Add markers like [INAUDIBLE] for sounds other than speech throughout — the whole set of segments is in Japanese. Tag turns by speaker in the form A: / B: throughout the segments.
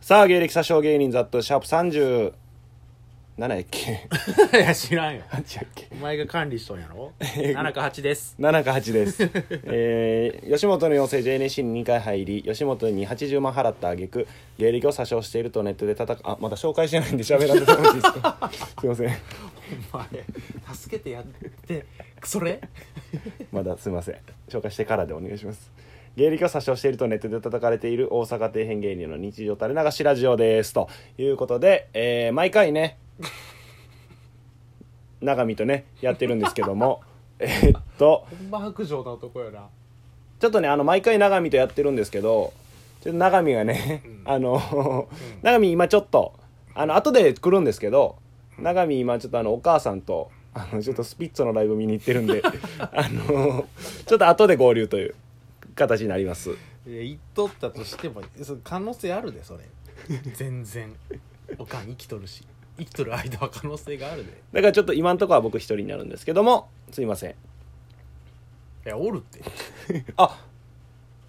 A: さあ芸歴詐称芸人ザットシャープ37やっけ
B: [LAUGHS] いや知らんよ
A: 8やっけ
B: お前が管理しとんやろ7か8です
A: 7か8です、えー、吉本の養成 JNC に2回入り吉本に80万払った挙句芸歴を詐称しているとネットで叩くあまだ紹介してないんで喋らせてほしいですかすいません
B: お前助けてやってそれ
A: まだすいません紹介してからでお願いします芸歴を詐称しているとネットで叩かれている大阪底辺芸人の日常垂れ流しラジオですということで、えー毎回ね永見とねやってるんですけどもえっと
B: ほんま白状な男やな
A: ちょっとねあの毎回永見とやってるんですけどちょっと永見がね、あの、永見今ちょっとあの後で来るんですけど永見今ちょっとあのお母さんとあのちょっとスピッツのライブ見に行ってるん
B: [LAUGHS]
A: であのちょっと後で合流という形になります
B: いや言っとったとしてもそ可能性あるでそれ全然おかん生きとるし生きとる間は可能性があるで
A: だからちょっと今んとこは僕一人になるんですけどもすいません
B: いやおるって
A: あ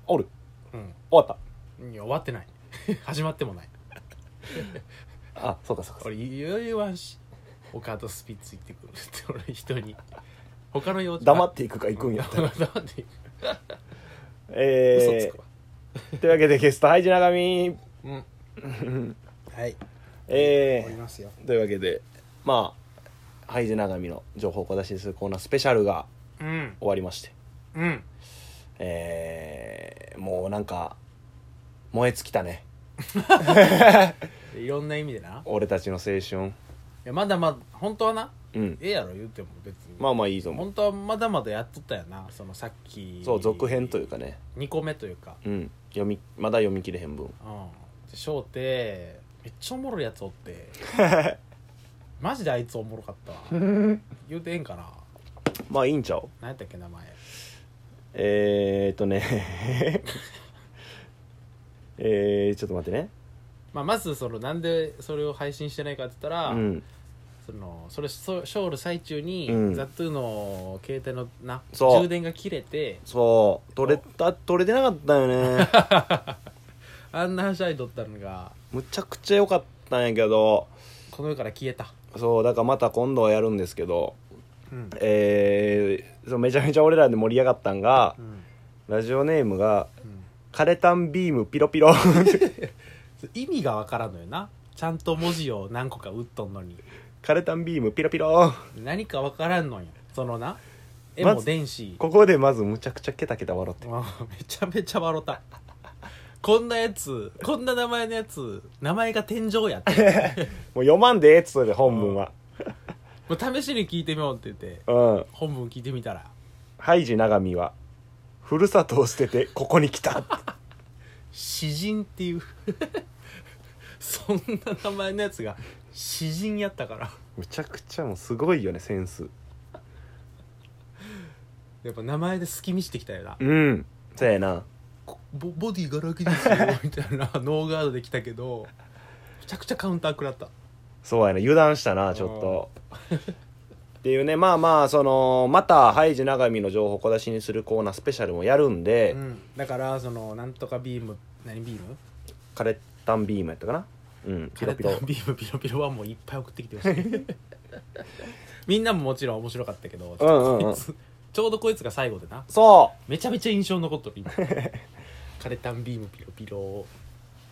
A: おる
B: う
A: 終わっ
B: んいや終わってない始まってもない
A: たあそうかそうか
B: 俺余裕はんしお母とスピッツ行ってくるって俺人に他の用事
A: 黙ってていくか行くんやったら
B: [LAUGHS] 黙って嘘
A: え
B: つくわ
A: ー、というわけでゲストハイジ永見
B: うんはい
A: え
B: お
A: ー
B: り、ますよ
A: というわけでまあハイジ長見の情報を小出しにするコーナースペシャルが
B: うん
A: 終わりまして
B: うん
A: えー、もうなんか燃え尽きたね
B: いろんな意味でない
A: 俺たちの青春
B: やまだまだ本当はな
A: うん
B: ええやろ言うても別に
A: まあまあいいぞもう
B: 本当はまだまだやっとったよなそのさっき
A: そう続編というかね
B: 2個目というか
A: うん読みまだ読み切れへん分
B: うんで翔てめっちゃおもろいやつおって
A: [LAUGHS]
B: マジであいつおもろかったわ言うてええんかな
A: まあいいんちゃう
B: 何やったっけ名前
A: えー、っとね [LAUGHS] えー、ちょっと待ってね
B: まあ、まずそのなんでそれを配信してないかって言ったら、
A: うん
B: そのそれそショール最中に、
A: うん
B: ザ・トゥの携帯のな
A: そう
B: 充電が切れて
A: そう取れた取れてなかったよね
B: あんなはしゃいとったのが
A: むちゃくちゃ良かったんやけど
B: この世から消えた、
A: そうだからまた今度はやるんですけど
B: うん
A: えー、そのめちゃめちゃ俺らで盛り上がったんが
B: う、ん
A: ラジオネームが
B: うん
A: 「カレタンビームピロピロ」 [LAUGHS]
B: 意味がわからんのよなちゃんと文字を何個か打っとんのに
A: 「カレタンビームピロピロ
B: 何かわからんのよそのな絵
A: まず
B: も電子、」
A: ここでまずむちゃくちゃケタケタ笑って
B: まあ [LAUGHS] めちゃめちゃ笑ったこんなやつこんな名前のやつ名前が天井やって [LAUGHS]
A: もう読まんでええっつうで本文は
B: もう試しに聞いてみようって言って
A: うん、
B: 本文聞いてみたら
A: ハイジ永見は「ふるさとを捨ててここに来た」
B: 詩人っていう [LAUGHS] そんな名前のやつが詩人やったから
A: [LAUGHS] むちゃくちゃもうすごいよねセンス
B: やっぱ名前で好き見してきたよな、
A: うんそうやな
B: こボボディガラ空きですよ
A: [LAUGHS]
B: みたいなノーガードできたけどめちゃくちゃカウンター食らった
A: そうやな油断したなちょっとっていうねまあまあそのまたハイジ永見の情報小出しにするコーナースペシャルもやるんで、
B: うん、だからそのなんとかビーム何ビーム
A: カレッタンビームやったかなうんピ
B: カ
A: ロ
B: レ
A: ピ
B: ッ
A: ロ
B: タンビームピロピロはもういっぱい送ってき
A: [LAUGHS]
B: てほしいみんなももちろん面白かったけど、
A: うんうんうん
B: こいつちょうどこいつが最後でな
A: そ
B: めちゃめちゃ印象に残っとる
A: [LAUGHS]
B: 今カレタンビームピロピロ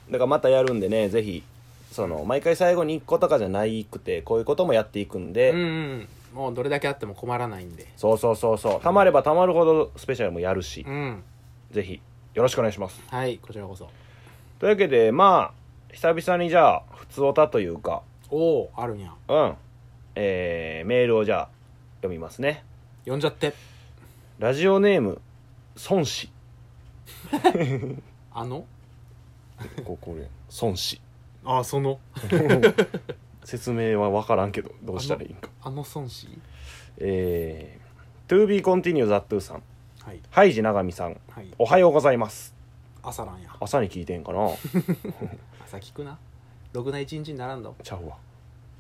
A: うだからまたやるんでねぜひその毎回最後に1個とかじゃないくてこういうこともやっていくんで、
B: うん、うん、もうどれだけあっても困らないんで
A: そうそうそうそうたまればたまるほどスペシャルもやるし、
B: うん
A: ぜひよろしくお願いします
B: はいこちらこそ
A: というわけでまあ久々にじゃあ普通おたというか
B: おおあるんや
A: うんえー、メールをじゃあ読みますね
B: 呼んじゃって
A: ラジオネーム孫子
B: あの
A: ここれ孫子
B: あその
A: 説明は分からんけどどうしたらいいんか
B: あの孫子
A: えー、To be continue that to さん
B: はい
A: ハイジ長見さん
B: はい
A: おはようございます
B: 朝なんや
A: 朝に聞いてんかな
B: 朝聞くなろくな一日にならんだ [LAUGHS]
A: ちゃうわ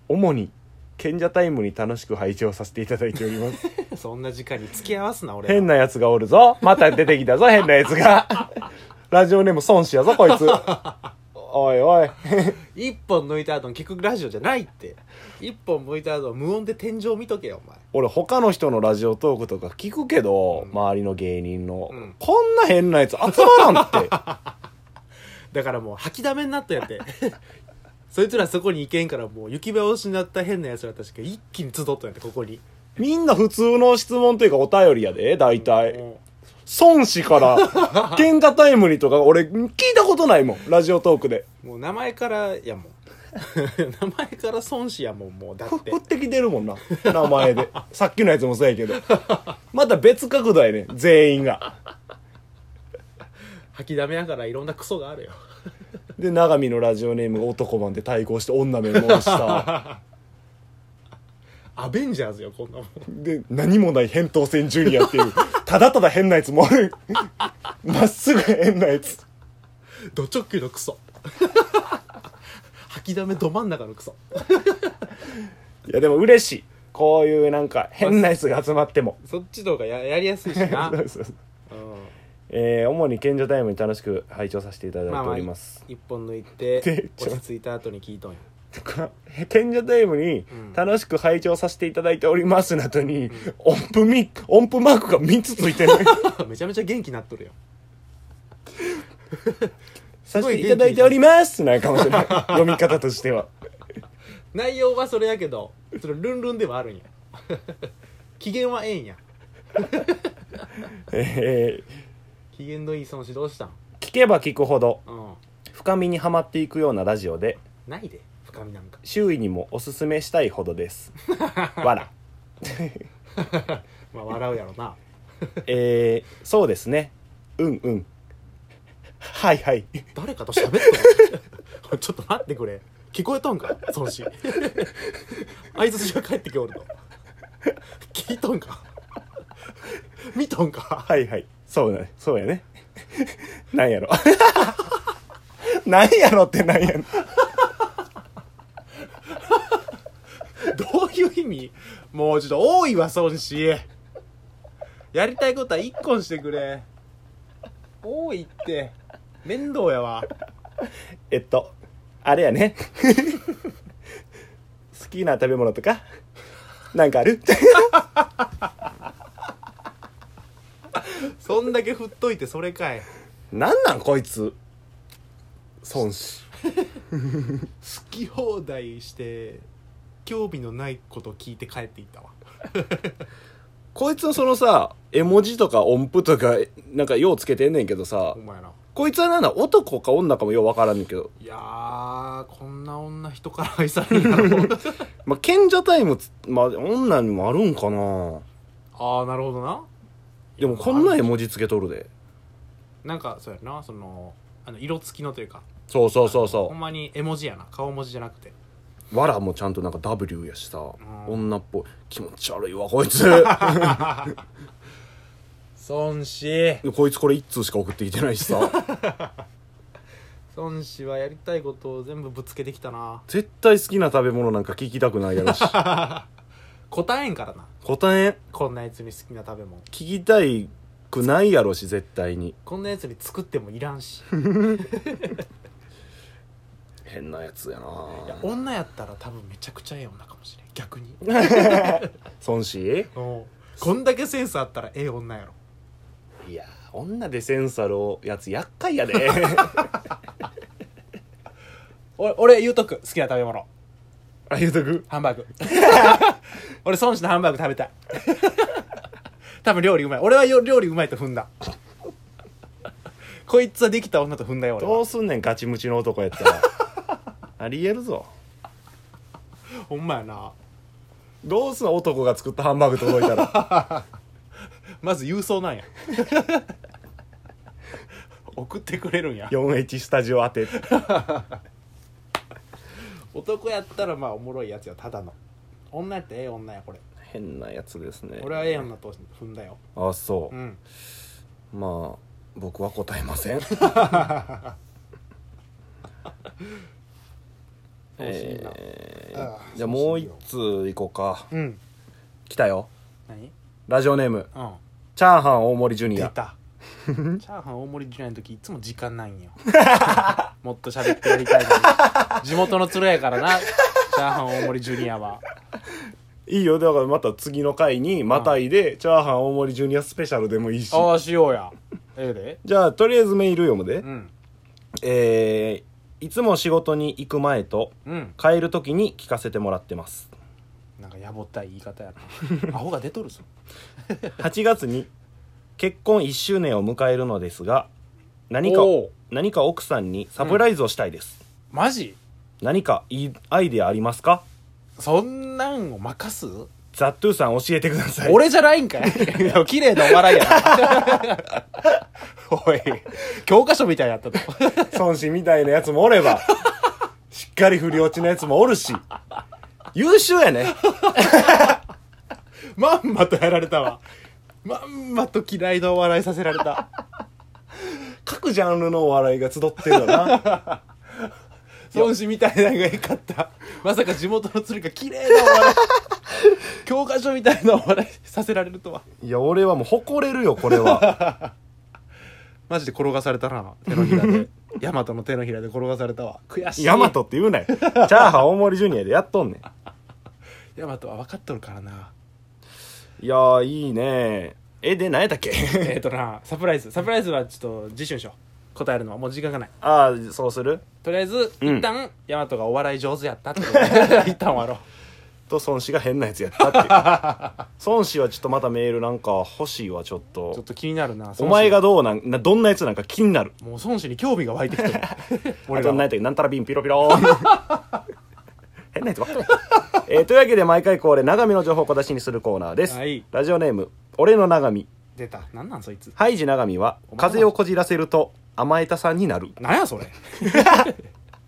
A: 主に賢者タイムに楽しく配置をさせていただいております
B: そんな時間に付き合わすな俺は
A: 変なやつがおるぞまた出てきたぞ変なやつがラジオネーム孫子やぞこいつおいおい
B: 一本抜いた後の聞くラジオじゃないって一本抜いた後の無音で天井見とけよお前
A: 俺他の人のラジオトークとか聞くけど、
B: うん
A: 周りの芸人の、
B: うん
A: こんな変なやつ集まらんって [LAUGHS]
B: だからもう吐きだめになったやって [LAUGHS] そいつらそこに行けんからもう行き場を失った変なやつらたちが一気に集ったんやってここに
A: みんな普通の質問というかお便りやで大体、
B: も
A: 孫子から
B: [LAUGHS]
A: 喧嘩タイムにとか俺聞いたことないもんラジオトークで
B: うもう名前からやもん [LAUGHS] 名前から孫子やもんもうだ
A: ふ [LAUGHS]
B: って
A: 降ってきてるもんな
B: [LAUGHS]
A: 名前でさっきのやつもそうやけどまた別角度やね全員が
B: 吐きだめやからいろんなクソがあるよ
A: で永見のラジオネームが男版で対抗して女面もした
B: アベンジャーズよこんなもん
A: で何もない扁桃腺ジュニア [LAUGHS] っていうただただ変なやつもお [LAUGHS] るまっすぐ変なやつ
B: ド直球のクソ吐きだめど真ん中のクソ
A: いやでも嬉しいこういうなんか変なやつが集まっても
B: そっちの方がややりやすいし [LAUGHS] な、
A: そう [LAUGHS] そうそう
B: う
A: えー主に賢者タイムに楽しく拝聴させていただい
B: ん、
A: て
B: まあま
A: お
B: あ
A: り
B: い
A: ます、
B: 一本抜い [LAUGHS] て
A: でちょ
B: 落ち着いた後に聞いとんよ
A: この [LAUGHS] 賢者タイムに
B: ん
A: 楽しく拝聴させていただいておりますの後に、音符み音符マークが3つついてる
B: [LAUGHS] めちゃめちゃ元気になっとるよ
A: [LAUGHS] させていただいておりますなんかもし [LAUGHS] れない読み方として [LAUGHS] は
B: 内容はそれやけどそれルンルンではあるんや [LAUGHS] 機嫌はええんや
A: え
B: 機嫌のいい孫子どうしたん
A: ー聞けば聞くほど
B: うん
A: 深みにはまっていくようなラジオで
B: ないで深みなんか
A: 周囲にもおすすめしたいほどです [LAUGHS] わら
B: まあ笑うやろな
A: えーそうですねうんうんはいはい
B: 誰かと喋ったの [LAUGHS] ちょっと待ってくれ聞こえとんか孫子相槌が帰ってきおるの聞いとんか見とんか
A: はいはいそうだねそうやねなんやろ [LAUGHS] なんやろってなんやねん
B: どういう意味もうちょっと多いわ孫子やりたいことは一個にしてくれ多いって面倒やわ
A: えっと、あれやね。 [LAUGHS] 好きな食べ物とか、なんかある [LAUGHS]
B: そんだけ振っといてそれかい
A: なんなんこいつ。孫子。
B: 好き放題して興味のないこと聞いて帰っていったわ
A: こいつのそのさ、絵文字とか音符とか、なんかようつけてんねんけどさ
B: お、前ら
A: こいつはなんだ男か女かもようわからんねんけど、
B: いやーこんな女人から愛されるんだ [LAUGHS] ろう
A: まあ、賢者タイムつ、まあ、女にもあるんかな
B: ああなるほどな
A: でもこんな絵文字つけとるで。
B: なんかそうやなそのあの色付きのというか
A: そうそうそう
B: ほ
A: そ
B: んまに絵文字やな顔文字じゃなくて
A: う。わらもちゃんとなんか W やしさ、
B: ん
A: 女っぽい。気持ち悪いわ、こ [LAUGHS] いつ。
B: 孫子
A: こいつこれ一通しか送ってきてないしさ。
B: 孫子はやりたいことを全部ぶつけてきたな
A: 絶対好きな食べ物なんか聞きたくないや [LAUGHS] ろし
B: 答えんからな
A: 答えん
B: こんなやつに好きな食べ物
A: 聞きたいくないやろし絶対に
B: こんなやつに作ってもいらん [LAUGHS] し
A: 変なやつやない
B: や女やったら多分めちゃくちゃええ女かもしれん逆に
A: 孫子
B: おうこんだけセンスあったらええ女やろ
A: いや女でセンサルをやつ厄介
B: [LAUGHS]
A: やで
B: 俺俺言うとく好きな食べ物
A: あ言うとく
B: ハンバーグ [LAUGHS] 俺孫子のハンバーグ食べたい多分料理うまい俺はよ料理うまいと踏んだこいつはできた女と踏んだよ俺
A: ど
B: は
A: うすんねんガチムチの男やったら
B: [LAUGHS]
A: ありえるぞ
B: ほんまやな
A: どうすんの男が作ったハンバーグ届いた
B: [LAUGHS]
A: ら
B: まず郵送なんや [LAUGHS] 送ってくれるんや
A: 4H スタジオ当て
B: 男やったらまあおもろいやつよただの女やったらええ女やこれ
A: 変なやつですね
B: 俺はええ女と踏んだよ
A: あそう
B: う、ん
A: まあ僕は答えま
B: [LAUGHS]
A: せん
B: 惜しいな
A: え
B: ああ
A: ーじゃあもう一通いこうか
B: うん
A: 来たよ
B: 何
A: ラジオネーム
B: うん
A: チャー
B: [LAUGHS]
A: ハン大盛りジュニ
B: 出
A: ア
B: たチャーハン大盛りジュニアの時いつも時間ないんよもっと喋ってやりたいのに地元の鶴やからなチャーハン大盛りジュニアはい
A: いよだからまた次の回にまたいで、チャーハン大盛りジュニアスペシャルでもいいし
B: ああしようやええで
A: じゃあとりあえずメール読むで、
B: うん
A: えーいつも仕事に行く前と
B: うん
A: 帰る時に聞かせてもらってます
B: なんかやぼったい言い方や [LAUGHS] なアホが出とるぞ
A: 8月に結婚1周年を迎えるのですが何か
B: おう
A: 何か奥さんにサプライズをしたいです、
B: マジ
A: 何かいいアイデアありますか
B: そんなんを任す
A: ザットゥーさん教えてください
B: 俺じゃないん [LAUGHS] かいいや綺麗なお笑いやなおい教科書みたいやったと
A: 孫子みたいなやつもおればしっかり振り落ちのやつもおるし優秀やね
B: [LAUGHS] まんまとやられたわまんまと嫌いなお笑いさせられた
A: 各ジャンルのお笑いが集ってるよな
B: 孫子みたいなのが良かったまさか地元の鶴が綺麗なお [LAUGHS] 笑い教科書みたいなお笑いさせられるとはい
A: や俺はもう誇れる
B: [LAUGHS]
A: よこれは
B: マジで転がされたな手のひら [LAUGHS] で大和の手のひらで転がされたわ悔しい
A: ヤマトって言うなよチャーハン大盛りジュニアでやっとんね
B: 大和は分かっとるからな
A: んいやーいいねえで何やったっけ [LAUGHS]
B: えっとなサプライズサプライズはちょっと次週にしよう答えるのはもう時間がない
A: ああそうする
B: とりあえず、
A: うん
B: 一旦大和がお笑い上手やったって [LAUGHS] ことで一旦終わろう
A: と孫子が変なやつやった
B: [LAUGHS]
A: っていう孫子はちょっとまたメールなんか欲しいわちょっと
B: ちょっと気になるな
A: お前が
B: 孫
A: どうなんなどんなやつなんか気になる
B: 子もう孫子に興味が湧いてきてる
A: 俺
B: [LAUGHS] 俺
A: ら
B: ら
A: 何やっ
B: は
A: たっけなんたらビンピロピロ
B: [LAUGHS]
A: 変なやつばっかりえーというわけで毎回恒例長見の情報を小出しにするコーナーです、
B: はい
A: ラジオネーム俺の長見
B: 出た何なんそいつ
A: ハイジ長見は風邪をこじらせると甘えたさんになる
B: なんやそれ